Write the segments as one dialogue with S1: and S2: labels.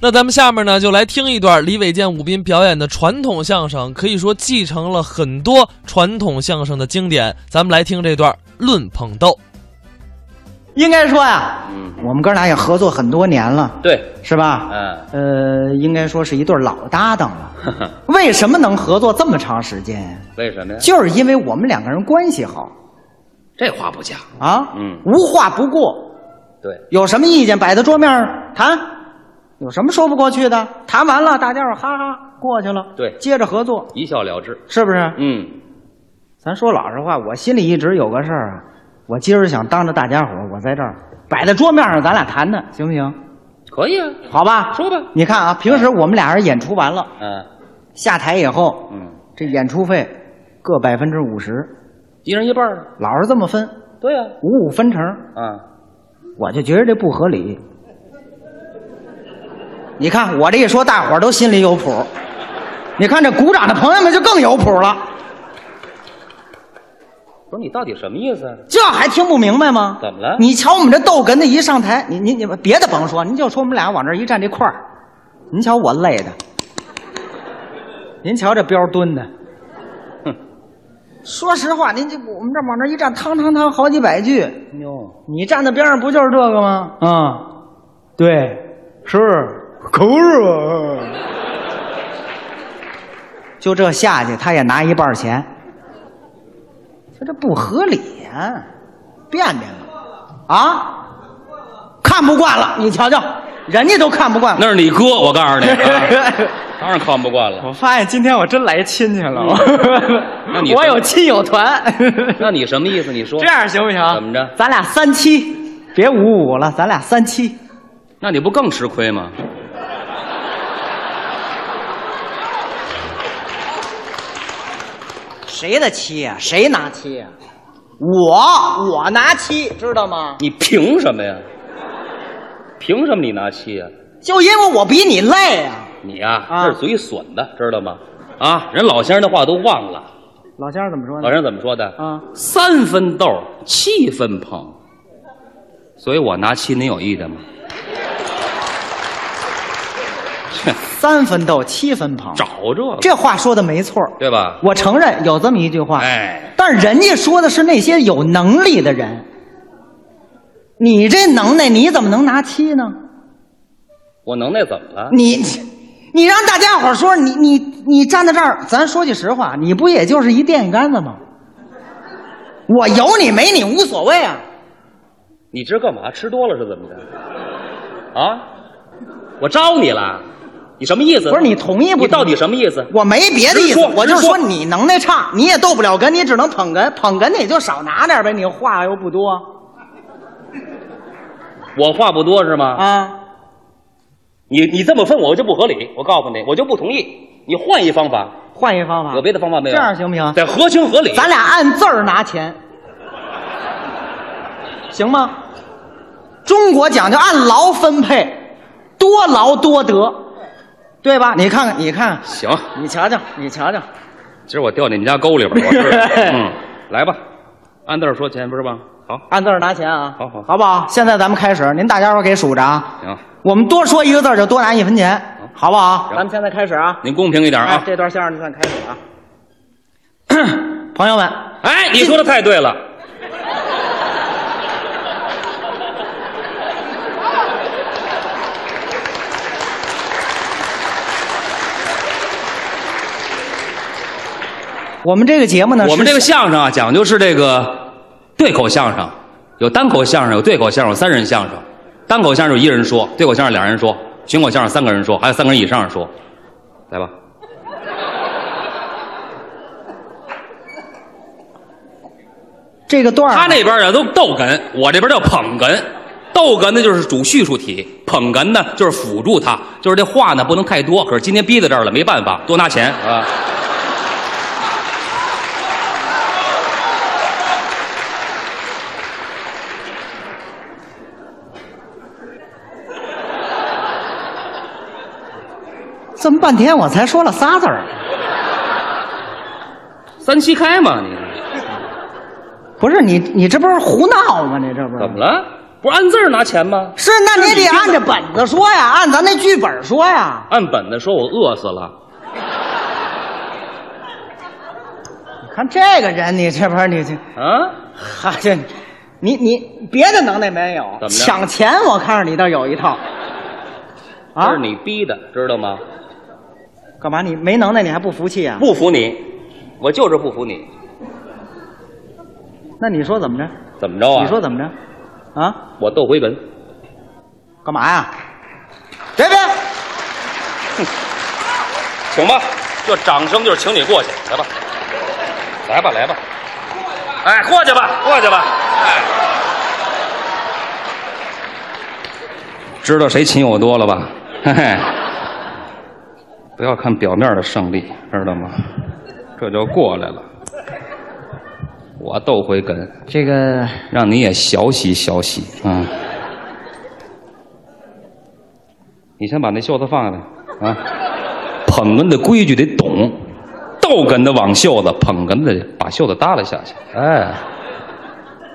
S1: 那咱们下面呢，就来听一段李伟健、武斌表演的传统相声，可以说继承了很多传统相声的经典。咱们来听这段《论捧逗》。
S2: 应该说呀、
S3: 嗯
S2: 我们哥俩也合作很多年了，
S3: 对，
S2: 是吧？
S3: 嗯，
S2: 呃，应该说是一对老搭档了。 为什么能合作这么长时间呀？
S3: 为什么呀？
S2: 就是因为我们两个人关系好
S3: 这话不假。
S2: 啊，
S3: 嗯
S2: 无话不过，
S3: 对，
S2: 有什么意见摆在桌面上谈，有什么说不过去的，谈完了大家伙哈哈过去了，
S3: 对
S2: 接着合作，
S3: 一笑了之。
S2: 是不是？
S3: 嗯，
S2: 咱说老实话，我心里一直有个事儿啊，我今儿想当着大家伙儿，我在这儿摆在桌面上，咱俩谈谈，行不行？
S3: 可以啊。
S2: 好吧，
S3: 说吧
S2: 你看啊，平时我们俩人演出完了，
S3: 嗯
S2: 下台以后，
S3: 嗯，
S2: 这演出费各百分之五十，
S3: 一人一半儿。
S2: 老是这么分，
S3: 对呀。
S2: 五五分成，
S3: 啊，
S2: 我就觉得这不合理。你看我这一说，大伙儿都心里有谱。你看这鼓掌的朋友们就更有谱了，
S3: 不是你到底什么意思啊？
S2: 这还听不明白吗？
S3: 怎么了
S2: 你瞧我们这逗哏的一上台，你你你们别的甭说，您就说我们俩往这儿一站这块儿，您瞧我累的，您瞧这彪蹲的，
S3: 哼
S2: 说实话，您这我们这往这儿一站，汤汤汤好几百句，
S3: 哟，嗯
S2: 你站在边上不就是这个吗？啊、对，是，可不是嘛。就这下去，他也拿一半钱，这这不合理呀、变变了啊！看不惯了，你瞧瞧，人家都看不惯了。
S3: 那是你哥，我告诉你，啊 当然看不惯了。
S2: 我发现今天我真来亲戚了，
S3: 那你
S2: 我我有亲友团，
S3: 那你什么意思？你说
S2: 这，样行不行？
S3: 怎么着
S2: 咱俩三七，别五五了，咱俩三七。
S3: 那你不更吃亏吗？
S2: 谁的七呀、谁拿七呀、我我拿七，知道吗？
S3: 你凭什么呀？凭什么你拿七呀、
S2: 就因为我比你累啊！
S3: 你呀、
S2: 啊
S3: 这是嘴损的，知道吗？啊，人老先生的话都忘了。
S2: 老先生怎么说呢？
S3: 老先生怎么说的？
S2: 啊，
S3: 三分豆，七分捧。所以我拿七，您有意见吗？
S2: 三分斗，七分捧，
S3: 找这个，
S2: 这啊话说的没错儿，
S3: 对吧？
S2: 我承认有这么一句话。
S3: 哎，
S2: 但是人家说的是那些有能力的人，你这能耐你怎么能拿七呢？
S3: 我能耐怎么了？
S2: 你，你让大家伙儿说你你你站在这儿，咱说句实话，你不也就是一电线杆子吗？我有你没你无所谓啊。
S3: 你这干嘛？吃多了是怎么着？啊？我招你了？你什么意思？
S2: 不是你同意不同意
S3: 你到底什么意思？
S2: 我没别的意
S3: 直
S2: 思
S3: 说，
S2: 我就
S3: 直
S2: 说
S3: 说
S2: 你能耐差，你也斗不了哏，你只能捧哏，捧哏你就少拿点呗，你话又不多
S3: 我话不多是吗？
S2: 啊。
S3: 你你这么分我就不合理，我告诉你，我就不同意。你换一方法，
S2: 换一方法，
S3: 有别的方法没
S2: 啊
S3: 有？
S2: 这样行不行
S3: 得合情合理。
S2: 咱俩按字儿拿钱，行吗？中国讲究按劳分配，多劳多得，对吧？你看看，你看看，
S3: 行，
S2: 你瞧瞧，你瞧瞧，
S3: 今儿我掉你们家沟里边 儿，我知道。嗯，来吧，按字儿说钱不是吧？好，
S2: 按字儿拿钱啊，
S3: 好好
S2: 好不好？现在咱们开始，您大家伙儿给数着啊，
S3: 行，
S2: 我们多说一个字儿就多拿一分钱，好不好？
S3: 行
S2: 咱们现在开始啊。
S3: 您公平一点
S2: 哎
S3: 啊，。
S2: 这段相声就算开始啊。 朋友们，
S3: 哎，你说的太对了，
S2: 我们这个节目呢，
S3: 我们这
S2: 是
S3: 个相声啊，讲究是这个对口相声，有单口相声，有对口相声，有三人相声。单口相声有一人说，对口相声两人说，群口相声三个人说，还有三个人以上说。来吧，
S2: 这个段儿，
S3: 他那边啊都逗哏，我这边叫捧哏。逗哏呢就是主叙述体，捧哏呢就是辅助他，就是这话呢不能太多。可是今天逼到这儿了，没办法，多拿钱啊。
S2: 这么半天我才说了仨字儿，啊
S3: 三七开嘛，你
S2: 不是你，你这不是胡闹吗？你这不是
S3: 怎么了？不是按字儿拿钱吗？
S2: 是，那你得按着本子说呀，按咱那剧本说呀。
S3: 按本子说，我饿死了。
S2: 你看这个人，你这不是你这，
S3: 啊，
S2: 哈这，你你别的能耐没有
S3: 怎么，着
S2: 抢钱我看着你倒有一套。啊
S3: 这是，你逼的，知道吗？
S2: 干嘛你没能耐你还不服气啊？
S3: 不服你，我就是不服你。
S2: 那你说怎么着？
S3: 怎么着啊？
S2: 你说怎么着？啊？
S3: 我斗回文，
S2: 干嘛呀？别别，
S3: 请吧，这掌声就是请你过去，来吧，来吧，来吧，哎，过去吧，过去吧，哎，知道谁亲我多了吧？嘿嘿，不要看表面的胜利，知道吗？这就过来了。我斗回根，
S2: 这个
S3: 让你也学习学习啊！你先把那袖子放下来啊！捧哏的规矩得懂，逗哏的挽袖子，捧哏的把袖子耷拉下去。哎，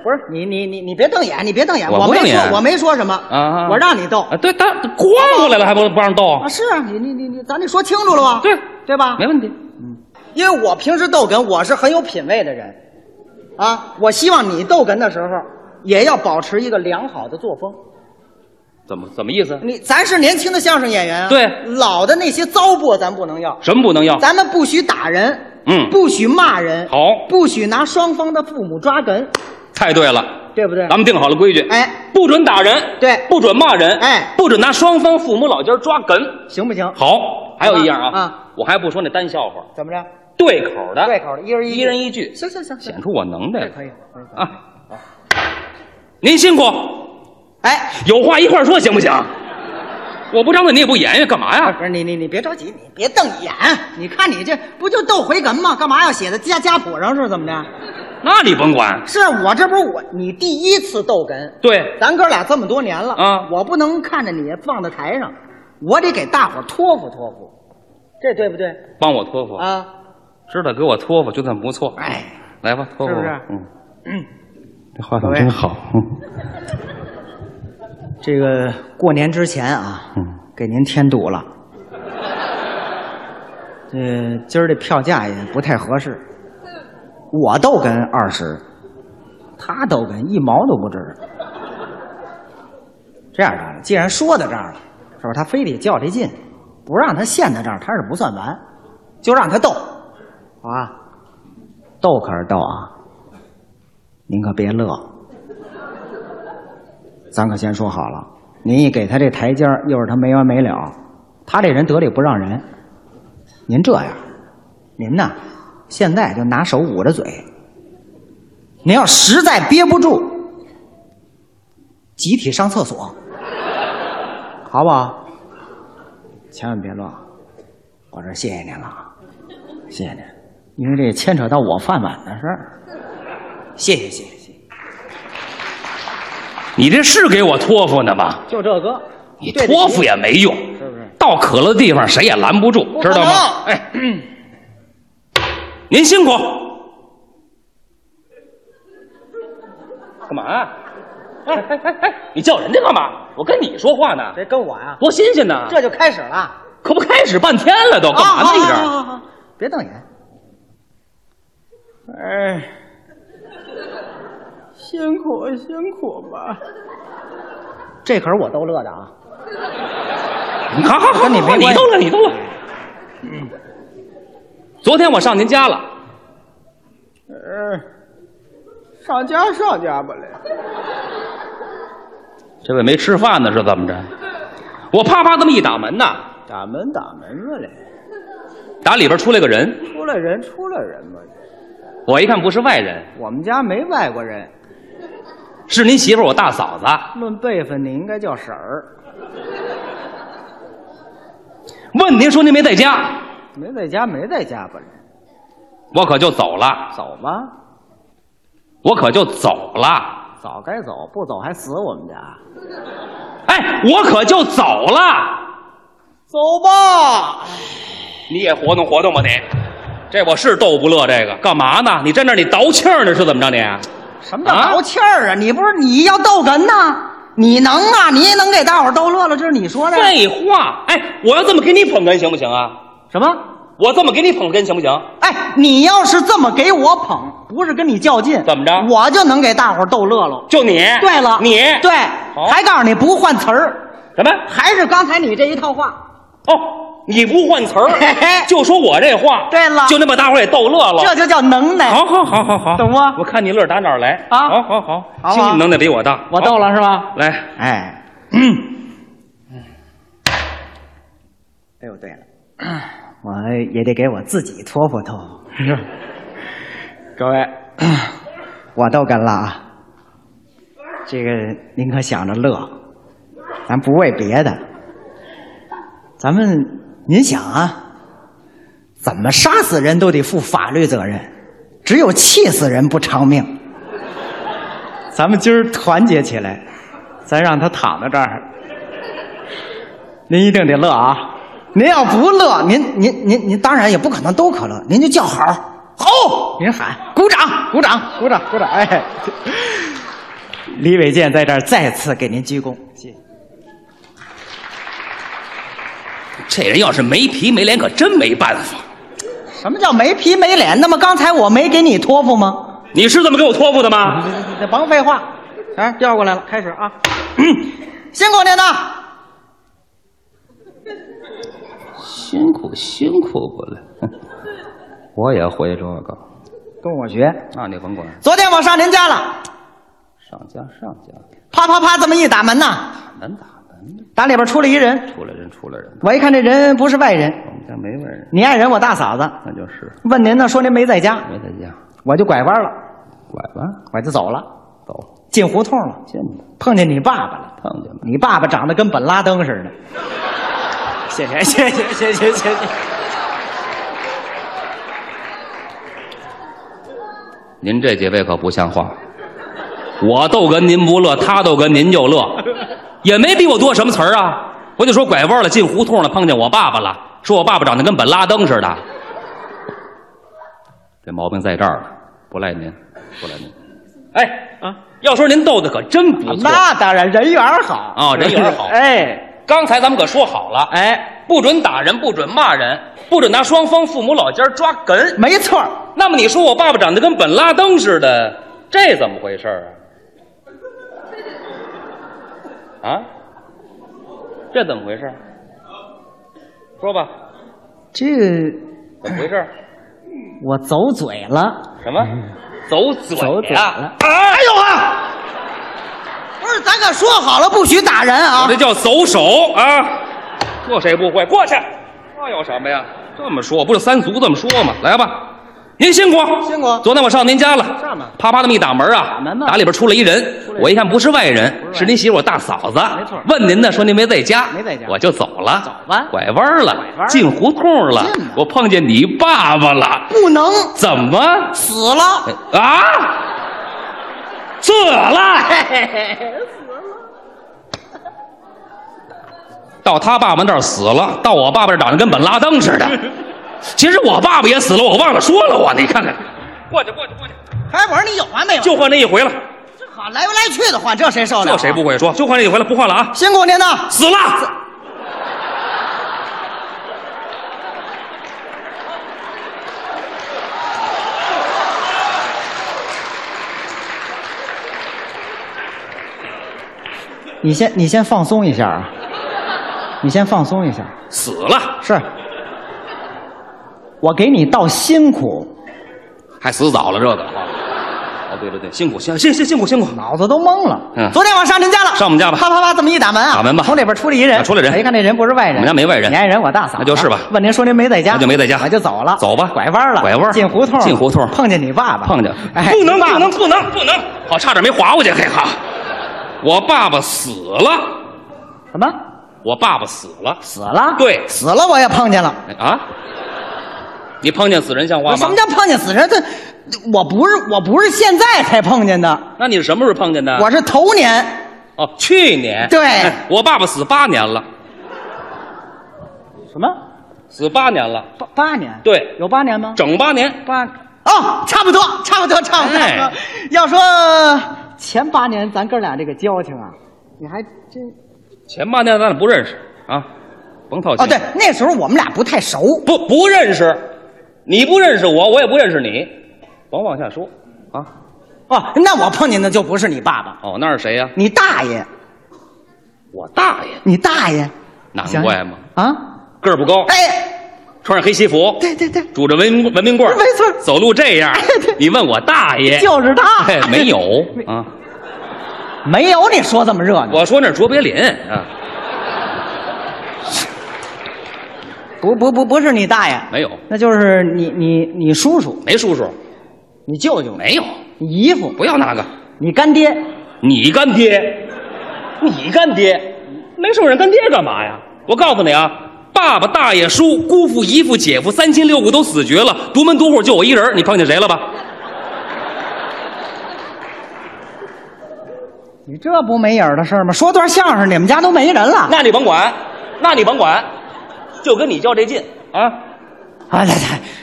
S2: 不是你你你你别瞪眼，你别瞪眼，
S3: 我不
S2: 没
S3: 瞪眼
S2: 说我没说什么
S3: 啊
S2: 我让你逗
S3: 啊，对，他咣过来了还不不让逗
S2: 啊，？是啊，你你你你，咱得说清楚了吧？
S3: 对
S2: 对吧？
S3: 没问题。
S2: 因为我平时逗哏，我是很有品位的人，啊，我希望你逗哏的时候也要保持一个良好的作风。
S3: 怎么怎么意思？
S2: 你咱是年轻的相声演员啊，
S3: 对
S2: 老的那些糟粕咱不能要，
S3: 什么不能要？
S2: 咱们不许打人，
S3: 嗯
S2: 不许骂人，
S3: 好
S2: 不许拿双方的父母抓哏，
S3: 太对了，
S2: 对不对？
S3: 咱们定好了规矩。
S2: 哎，
S3: 不准打人，
S2: 对
S3: 不准骂人，
S2: 哎
S3: 不准拿双方父母老家抓哏。
S2: 行不行？
S3: 好，还有一样啊，
S2: 啊
S3: 我还不说那单笑话。
S2: 怎么着？
S3: 对口的，
S2: 对口的一人一句
S3: 一人一句，
S2: 行行行，行
S3: 显出我能耐
S2: 可以可以。
S3: 啊！您辛苦，
S2: 哎，
S3: 有话一块儿说行不行？我不张嘴你也不言语，干嘛呀？
S2: 不是你你你别着急，你别瞪眼，啊你看你这不就逗回哏吗？干嘛要写在家家谱上是怎么着？
S3: 那你甭管。
S2: 是我这不是我你第一次逗哏，
S3: 对，
S2: 咱哥俩这么多年了
S3: 啊
S2: 我不能看着你放在台上，我得给大伙儿托付托付，这对不对
S3: 帮我托付，
S2: 啊？
S3: 知道给我托付就算不错。
S2: 哎，
S3: 来吧，托付
S2: 是
S3: 吧，
S2: 不是
S3: 嗯，
S2: 嗯，
S3: 这话筒真好，嗯
S2: 这个过年之前啊，
S3: 嗯，
S2: 给您添堵了。呃，今儿这票价也不太合适，我逗哏二十，他逗哏一毛都不值。这样啊，既然说到这儿了，是不是？他非得较这劲，不让他陷在这儿，他是不算完，就让他逗，啊，逗可是逗啊，您可别乐。咱可先说好了，您一给他这台阶儿，又是他没完没了，他这人得理不让人。您这样，您呐，现在就拿手捂着嘴。您要实在憋不住，集体上厕所，好不好？千万别乱，我这谢谢您了啊，谢谢您，因为这牵扯到我饭碗的事儿，谢谢谢谢谢谢，
S3: 你这是给我托付呢吧？
S2: 就这个，
S3: 你托付也没用，
S2: 是不是？
S3: 到渴了的地方谁也拦不住，知道吗？
S2: 哎。
S3: 您辛苦。干嘛呀、哎哎哎哎，你叫人家干嘛？我跟你说 话呢，
S2: 谁跟我呀、
S3: 多新鲜呢！
S2: 这就开始了。
S3: 可不开始半天了都，干嘛呢？你
S2: 啊
S3: 这
S2: 啊啊啊啊别瞪眼。哎，
S4: 辛苦辛苦吧，
S2: 这可是我逗乐的啊！
S3: 你好好好，
S2: 跟你没关系嗯
S3: 你动了，你动了。昨天我上您家了，
S4: 呃，上家上家吧嘞，
S3: 这位没吃饭呢，是怎么着？我啪啪这么一打门呐，
S4: 打门打门吧嘞，
S3: 打里边出来个人，
S4: 出来人出来人吧嘞，
S3: 我一看不是外人，
S4: 我们家没外国人，
S3: 是您媳妇儿，我大嫂子。
S4: 论辈分你应该叫婶儿，
S3: 问您说您没在家，
S4: 没在家没在家吧嘞，
S3: 我可就走了，
S4: 走吧，
S3: 我可就走了。
S4: 早该走，不走还死我们家，
S3: 哎，我可就走了。
S2: 走吧，
S3: 你也活动活动吧你，这我是逗不乐这个干嘛呢？你站那儿你倒气儿呢是怎么着你？
S2: 什么叫倒气儿啊？你不是你要逗哏呢？你能啊？你也能给大伙儿逗乐了，这是你说的。
S3: 废话，哎，我要这么给你捧哏行不行啊？
S2: 什么？
S3: 我这么给你捧哏行不行？
S2: 哎，你要是这么给我捧，不是跟你较劲，
S3: 怎么着
S2: 我就能给大伙儿逗乐了。
S3: 就你，
S2: 对了，
S3: 你
S2: 对
S3: 好，
S2: 还告诉你不换词儿，
S3: 什么？
S2: 还是刚才你这一套话，
S3: 哦，你不换词儿
S2: 嘿嘿，
S3: 就说我这话，
S2: 对了
S3: 就那把大伙儿给逗乐了。
S2: 这就叫能耐。
S3: 好好好好好，
S2: 懂吗
S3: 我看你乐儿打哪儿来
S2: 啊
S3: 好好好，
S2: 好
S3: 心里能耐比我大，
S2: 我
S3: 好
S2: 逗了是吧？
S3: 来。
S2: 哎，嗯，哎呦，对了，我也得给我自己托付托付。各位，我逗哏了啊，这个您可想着乐，咱不为别的，咱们您想啊，怎么杀死人都得负法律责任，只有气死人不偿命。咱们今儿团结起来，咱让他躺在这儿。您一定得乐啊！您要不乐，您您您您当然也不可能都可乐，您就叫好，好，您喊，鼓掌，鼓掌，鼓掌，鼓掌！哎，李伟健在这儿再次给您鞠躬，谢谢。
S3: 这人要是没皮没脸，可真没办法。
S2: 什么叫没皮没脸？那么刚才我没给你托付吗？
S3: 你是这么给我托付的吗？
S2: 你甭废话，哎，调过来了，开始啊！辛苦您了。
S3: 辛苦辛苦我了， 我也会这个。
S2: 跟我学。
S3: 那你甭管，
S2: 昨天我上您家了，
S3: 上家上家，
S2: 啪啪啪这么一打门呐，
S3: 门打门，
S2: 打里边出来一人。
S3: 出来人出来人，
S2: 我一看这人不是外人，
S3: 我们家没外人，
S2: 你爱人我大嫂子。
S3: 那就是
S2: 问您呢，说您没在家，
S3: 没在家，
S2: 我就拐弯了，
S3: 拐弯
S2: 我就走了，
S3: 走，
S2: 进胡同了，
S3: 见不得，
S2: 碰见你爸爸了。
S3: 碰见了，
S2: 你爸爸长得跟本拉登 似的。谢谢谢谢谢谢谢谢。
S3: 您这几位可不像话，我逗哏您不乐，他逗哏您就乐，也没比我多什么词儿啊。我就说拐弯了，进胡同了，碰见我爸爸了，说我爸爸长得跟本拉登似的，这毛病在这儿了，不赖您，不赖您。哎啊，要说您逗的可真不错，
S2: 那当然，人缘好
S3: 哦人缘好
S2: 哎
S3: 刚才咱们可说好了，
S2: 哎，
S3: 不准打人，不准骂人，不准拿双方父母老家抓哏。
S2: 没错儿。
S3: 那么你说我爸爸长得跟本拉登似的，这怎么回事儿啊？啊，这怎么回事儿？说吧，
S2: 这
S3: 怎么回事儿？
S2: 我走嘴了，
S3: 什么？走嘴
S2: 嗯走嘴
S3: 啊
S2: 了！
S3: 哎呦啊！
S2: 不是，咱可说好了不许打人啊
S3: 我这叫走手啊！这谁不会？过去，这有什么呀？这么说，不是三俗这么说吗？来吧，您辛苦，
S2: 辛苦
S3: 昨天我上您家了，
S2: 上吧
S3: 啪啪那么一打门啊，
S2: 打门嘛
S3: 打里边出来一人，我一看不是外人，是您媳妇儿我大嫂子。
S2: 没错
S3: 问您呢，说您没在家，
S2: 没在家
S3: 我就走了，
S2: 走吧
S3: 拐弯了，
S2: 弯
S3: 进胡同了
S2: 进吧，
S3: 我碰见你爸爸了，
S2: 不能
S3: 怎么
S2: 死了。
S3: 哎啊？死了！ 到他爸爸那儿死了，到我爸爸这儿长得跟本拉登似的。其实我爸爸也死了，我忘了说了我，你看看，过去过去过去，
S2: 哎，我说你有完没完？
S3: 就换这一回了，
S2: 这好来来去的话，这谁受得了啊？
S3: 这谁不会说？就换这一回了，不换了啊！
S2: 辛苦您了。
S3: 死了，
S2: 你先你先放松一下啊，你先放松一下。
S3: 死了，
S2: 是，我给你道辛苦，
S3: 还死早了这个。啊哦，对对对，辛苦辛辛辛辛苦辛苦，
S2: 脑子都懵了。
S3: 嗯
S2: 昨天我上您家了，
S3: 上我们家吧
S2: 啪啪啪，这么一打门啊，
S3: 打门吧
S2: 从里边出来一人，
S3: 啊出来人
S2: 我一看这人不是外人，
S3: 我们家没外人
S2: 你爱人我大嫂，啊
S3: 那就是吧
S2: 问您说您没在家，
S3: 那就没在家
S2: 我就走了，
S3: 走吧
S2: 拐弯了，
S3: 拐弯
S2: 进胡同，
S3: 进胡同
S2: 碰见你爸爸，
S3: 碰见，
S2: 哎，
S3: 不能
S2: 你爸
S3: 不
S2: 爸
S3: 能不能不能，好，差点没划过去，嘿 哈，我爸爸死了，
S2: 什么
S3: 我爸爸死了，
S2: 死了，
S3: 对
S2: 死了我也碰见了。
S3: 哎啊，你碰见死人像话
S2: 我什
S3: 吗
S2: 么？叫碰见死人？这我不是我不是现在才碰见的，
S3: 那你是什么时候碰见的？
S2: 我是头年。
S3: 哦，去年
S2: 对
S3: 哎我爸爸死八年了，
S2: 什么？
S3: 死八年了，
S2: 八八年？
S3: 对
S2: 有八年吗？
S3: 整八年。
S2: 八哦，差不多，差不多，差不多。
S3: 哎
S2: 要说前八年咱哥俩这个交情啊，
S4: 你还真
S3: 前八年咱俩不认识啊，甭套
S2: 哦，
S3: 近乎
S2: 对，那时候我们俩不太熟，
S3: 不不认识，你不认识我，我也不认识你，甭往下说啊。
S2: 哦，那我碰见的就不是你爸爸，
S3: 哦，那是谁呀、
S2: 你大爷，
S3: 我大爷，
S2: 你大爷
S3: 难怪嘛，
S2: 啊！
S3: 个儿不高，
S2: 哎，
S3: 穿上黑西服，
S2: 对对对，
S3: 拄着文文明棍儿，
S2: 没错哎
S3: 走路这样。你问我大爷，
S2: 就是他，
S3: 哎，没有啊，
S2: 没有你说这么热闹，
S3: 我说那是卓别林啊，
S2: 不不不，不是你大爷，
S3: 没有，
S2: 那就是你你你叔叔，
S3: 没叔叔，
S2: 你舅舅，
S3: 没有，
S2: 你姨父，
S3: 不要那个，
S2: 你干爹，
S3: 你干爹，你干爹，没事，我认干爹干嘛呀？我告诉你啊。爸爸、大爷、叔、姑父、姨父、姐夫，三亲六故都死绝了，独门独户就我一人儿，你碰见谁了吧？
S2: 你这不没影儿的事儿吗？说段相声，你们家都没人了。
S3: 那你甭管，那你甭管，就跟你较这劲啊！
S2: 哎呀，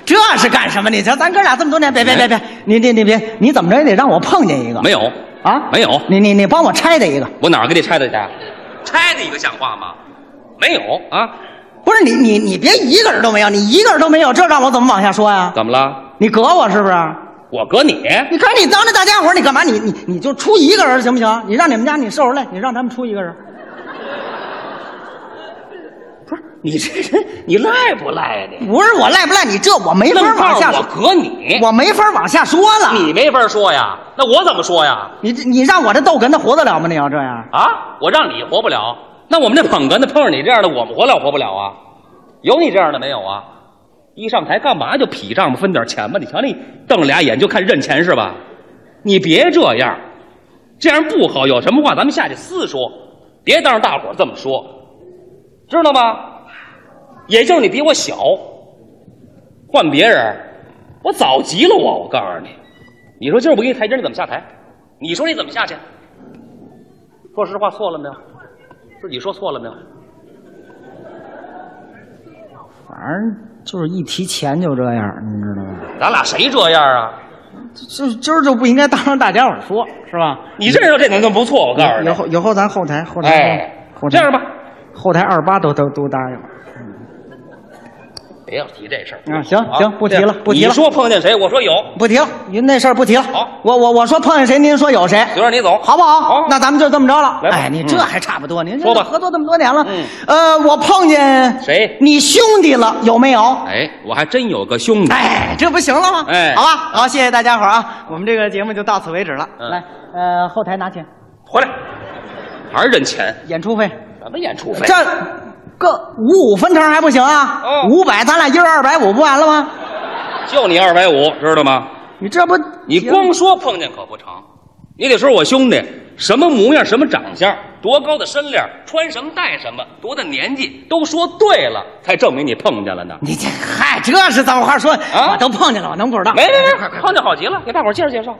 S2: 这是干什么？你瞧，咱哥俩这么多年，别别别别，你你你别，你怎么着也得让我碰见一个
S3: 没有，
S2: 啊？
S3: 没有
S2: 你你你帮我拆的一个，
S3: 我哪儿给你拆的去？啊拆的一个像话吗？没有啊？
S2: 不是你你你别一个人都没有，你一个人都没有，这让我怎么往下说呀？
S3: 怎么了？
S2: 你隔我是不是？
S3: 我搁你？
S2: 你看你当着大家伙儿，你干嘛？你你你就出一个人行不行？你让你们家你受人累，你让他们出一个人。
S3: 你这人，你赖不赖呀、你
S2: 不是我赖不赖你这，我没法
S3: 弄
S2: 往下
S3: 炮我
S2: 说，
S3: 搁你，
S2: 我没法往下说了。
S3: 你没法说呀？那我怎么说呀？
S2: 你这你让我这逗哏的活得了吗？你要这样，
S3: 啊？我让你活不了，那我们这捧哏的碰上你这样的，我们活了活不了啊？有你这样的没有啊？一上台干嘛就劈账吧，分点钱吧？你瞧你瞪着俩眼就看认钱是吧？你别这样，这样不好。有什么话咱们下去私说，别当着大伙儿这么说，知道吗？也就是你比我小，换别人，我早急了我。我告诉你，你说今儿不给你台阶，你怎么下台？你说你怎么下去？说实话错了没有？自己说错了没有？
S2: 反正就是一提钱就这样，你知道吗？
S3: 咱俩谁这样啊？
S2: 就今儿就不应该当着大家伙儿说，是吧？
S3: 你认识到这男的不错，我告诉
S2: 以
S3: 你。
S2: 后以后咱后台后台、
S3: 哎，
S2: 后台
S3: 这样吧，
S2: 后台二八都都都答应
S3: 别要提这事儿
S2: 啊！行行，不提了，不提
S3: 你
S2: 了，
S3: 说碰见谁，我说有，
S2: 不提了，您那事儿不提了。
S3: 好，
S2: 我我我说碰见谁，您说有谁，
S3: 就让你走，
S2: 好不好？
S3: 好
S2: 那咱们就这么着了。
S3: 来吧
S2: 哎，你这
S3: 嗯
S2: 还差不多，您这
S3: 说吧
S2: 合作这么多年了，
S3: 嗯
S2: 呃，我碰见
S3: 谁
S2: 你兄弟了，有没有？
S3: 哎，我还真有个兄弟，
S2: 哎，这不行了吗？
S3: 哎
S2: 好吧，好，谢谢大家伙儿啊，我们这个节目就到此为止了。
S3: 嗯
S2: 来，呃，后台拿钱，
S3: 回来，还是认钱，
S2: 演出费，
S3: 什么演出费
S2: 这个五五分成还不行啊？
S3: 哦
S2: 五百，咱俩一人二百五，不完了吗？
S3: 就你二百五，知道吗？
S2: 你这不
S3: 你光说碰见可不成，你得说我兄弟什么模样、什么长相、多高的身量、穿什么戴什么、多大年纪，都说对了，才证明你碰见了呢。
S2: 你这嗨，这是怎么话说？
S3: 啊
S2: 我都碰见了，我能不知道？
S3: 没没没，碰见好极了，给大伙儿介绍介绍。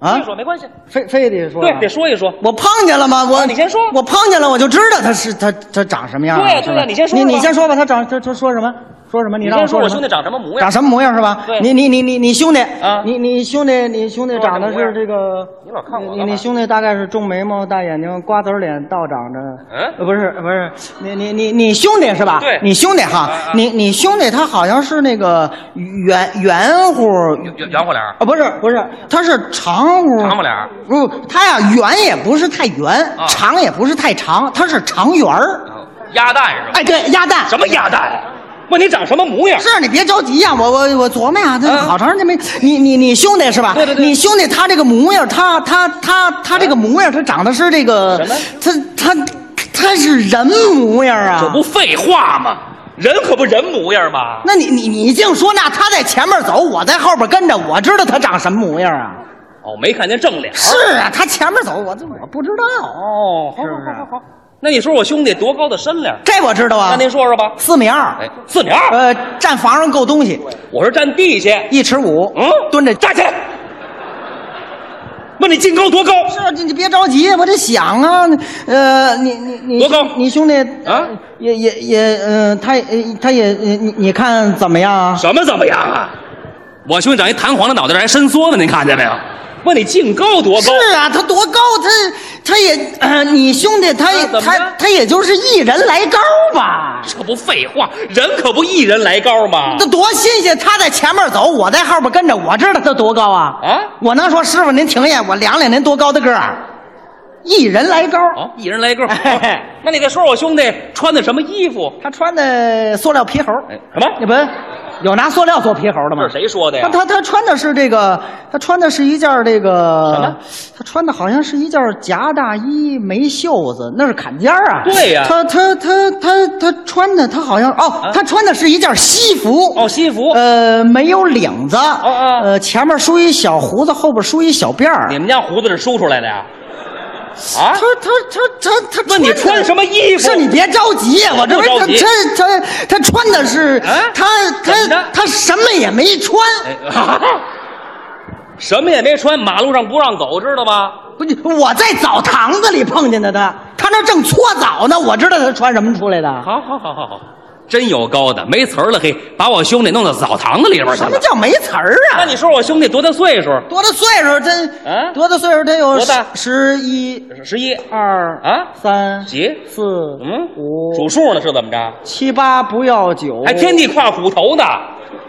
S2: 啊
S3: 说没关系，
S2: 非非得说啊
S3: 对，得说一说。
S2: 我碰见了吗？我
S3: 你先说
S2: 我碰见了，我就知道他是他他长什么样了。
S3: 对呀
S2: 是吧
S3: 对呀你先说
S2: 你
S3: 吧
S2: 你先说吧，他长他他说什么？说什么？你
S3: 你
S2: 让
S3: 先
S2: 说
S3: 说
S2: 什么
S3: 我兄弟长什么模
S2: 长
S3: 样？
S2: 什么模样是吧？
S3: 对
S2: 你你你你你兄弟
S3: 啊
S2: 你你兄弟你兄弟长得
S3: 我长什么模
S2: 是
S3: 样
S2: 这个，
S3: 你老看我干
S2: 你
S3: 嘛
S2: 你兄弟大概是重眉毛、大眼睛、瓜子儿脸、倒长着。
S3: 嗯
S2: 呃不是不是，你你你你兄弟是吧？
S3: 对
S2: 你兄弟哈
S3: 啊啊，
S2: 你你兄弟他好像是那个圆圆乎。
S3: 圆圆乎脸儿
S2: 啊，不是不是，他是长乎
S3: 长不脸儿
S2: 不，他呀圆也不是太圆，
S3: 啊
S2: 长也不是太长，他是长圆儿。
S3: 鸭蛋是吧？
S2: 哎，对，鸭蛋啊
S3: 什么鸭蛋呀？问你长什么模样？
S2: 是啊你别着急呀、我我我琢磨呀、这
S3: 嗯
S2: 好长时间没你你你兄弟是吧？
S3: 对对对
S2: 你兄弟他这个模样，他他他他这个模样，他长得是这个
S3: 什么
S2: 他他他是人模样啊
S3: 这？不废话吗？人可不人模样吗？
S2: 那你你你净说那他在前面走，我在后边跟着，我知道他长什么模样啊？
S3: 哦，没看见正脸儿。
S2: 是啊，他前面走，我这我不知道，
S3: 哦，好
S2: 是
S3: 好
S2: 不
S3: 好好
S2: 是？
S3: 好。那你说我兄弟多高的身量？
S2: 这我知道
S3: 那
S2: 啊。
S3: 您说说吧。
S2: 四米二，
S3: 哎，四米二，
S2: 呃，站房上够东西，
S3: 我是占地去。
S2: 一尺五，
S3: 嗯，
S2: 蹲着
S3: 站起来。 问你净高多高？
S2: 是啊，你你别着急，我得想啊。呃，你你你
S3: 多高
S2: 你兄弟
S3: 啊？
S2: 也也也，呃，他呃他也，呃你你看怎么样啊？
S3: 什么怎么样啊？我兄弟长一弹簧的脑袋，还伸缩呢，您看见没有？问你净高多高？
S2: 是啊，他多高，他他也、 呃你兄弟他也
S3: 那怎么
S2: 他
S3: 着
S2: 他也就是一人来高吧？
S3: 这不废话，人可不一人来高吗？
S2: 这多新鲜！他在前面走，我在后边跟着，我知道他多高啊！
S3: 啊
S2: 我能说师傅您停下，我量量您多高的个儿，啊一人来高。
S3: 啊，一人来个。
S2: 哦嘿嘿
S3: 那你再说说我兄弟穿的什么衣服？
S2: 他穿的塑料皮猴，
S3: 哎，什么？
S2: 那不是有拿塑料做皮猴的吗
S3: 这是？谁说的呀
S2: 他？他他穿的是这个，他穿的是一件这个
S3: 什么？
S2: 他穿的好像是一件夹大衣，没袖子，那是坎肩儿啊。
S3: 对呀啊
S2: 他他他他他穿的，他好像哦，他穿的是一件西服。
S3: 哦，西服。
S2: 呃，没有领子，
S3: 哦
S2: 呃，前面梳一小胡子，后边梳一小辫儿。
S3: 你们家胡子是梳出来的呀？啊
S2: 他？他他他他，
S3: 问你穿什么衣服
S2: 是你别着急呀，我这
S3: 不
S2: 不
S3: 着急
S2: 是他他他他穿的是
S3: 啊
S2: 他
S3: 怎么
S2: 他
S3: 着
S2: 他什么也没穿，
S3: 哎， 啊什么也没穿，马路上不让走，知道吗？
S2: 不是我在澡堂子里碰见的他，他那正搓澡呢，我知道他穿什么出来的。
S3: 好好好好好，真有高的，没词儿了嘿，把我兄弟弄到澡堂子里边去
S2: 什么
S3: 了。
S2: 叫没词儿啊？
S3: 那你说我兄弟多大岁数？
S2: 多大岁数？他、
S3: 啊
S2: 多大岁数？他有
S3: 多大
S2: 十一、
S3: 十一
S2: 二、
S3: 啊？
S2: 三、
S3: 几？
S2: 四、
S3: 嗯，
S2: 五、
S3: 数数呢是怎么着？
S2: 七八不要九，
S3: 还哎天地跨虎头呢？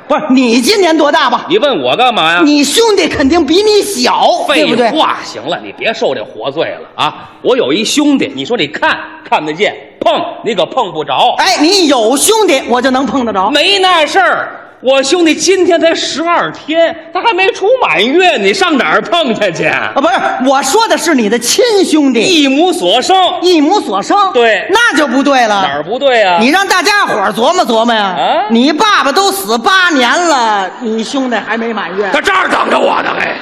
S2: 不是你今年多大吧？
S3: 你问我干嘛呀？
S2: 你兄弟肯定比你小，对
S3: 废
S2: 不对？
S3: 话，行了，你别受这活罪了啊！我有一兄弟，你说你看看得见，碰你可碰不着，
S2: 哎，你有兄弟，我就能碰得着。
S3: 没那事儿。我兄弟今天才十二天，他还没出满月，你上哪儿碰去去？
S2: 啊，不是，我说的是你的亲兄弟，
S3: 一母所生，
S2: 一母所生，
S3: 对
S2: 那就不对了。
S3: 哪儿不对啊？
S2: 你让大家伙儿琢磨琢磨呀！
S3: 啊
S2: 你爸爸都死八年了，你兄弟还没满月，
S3: 他这儿等着我呢，嘿。哎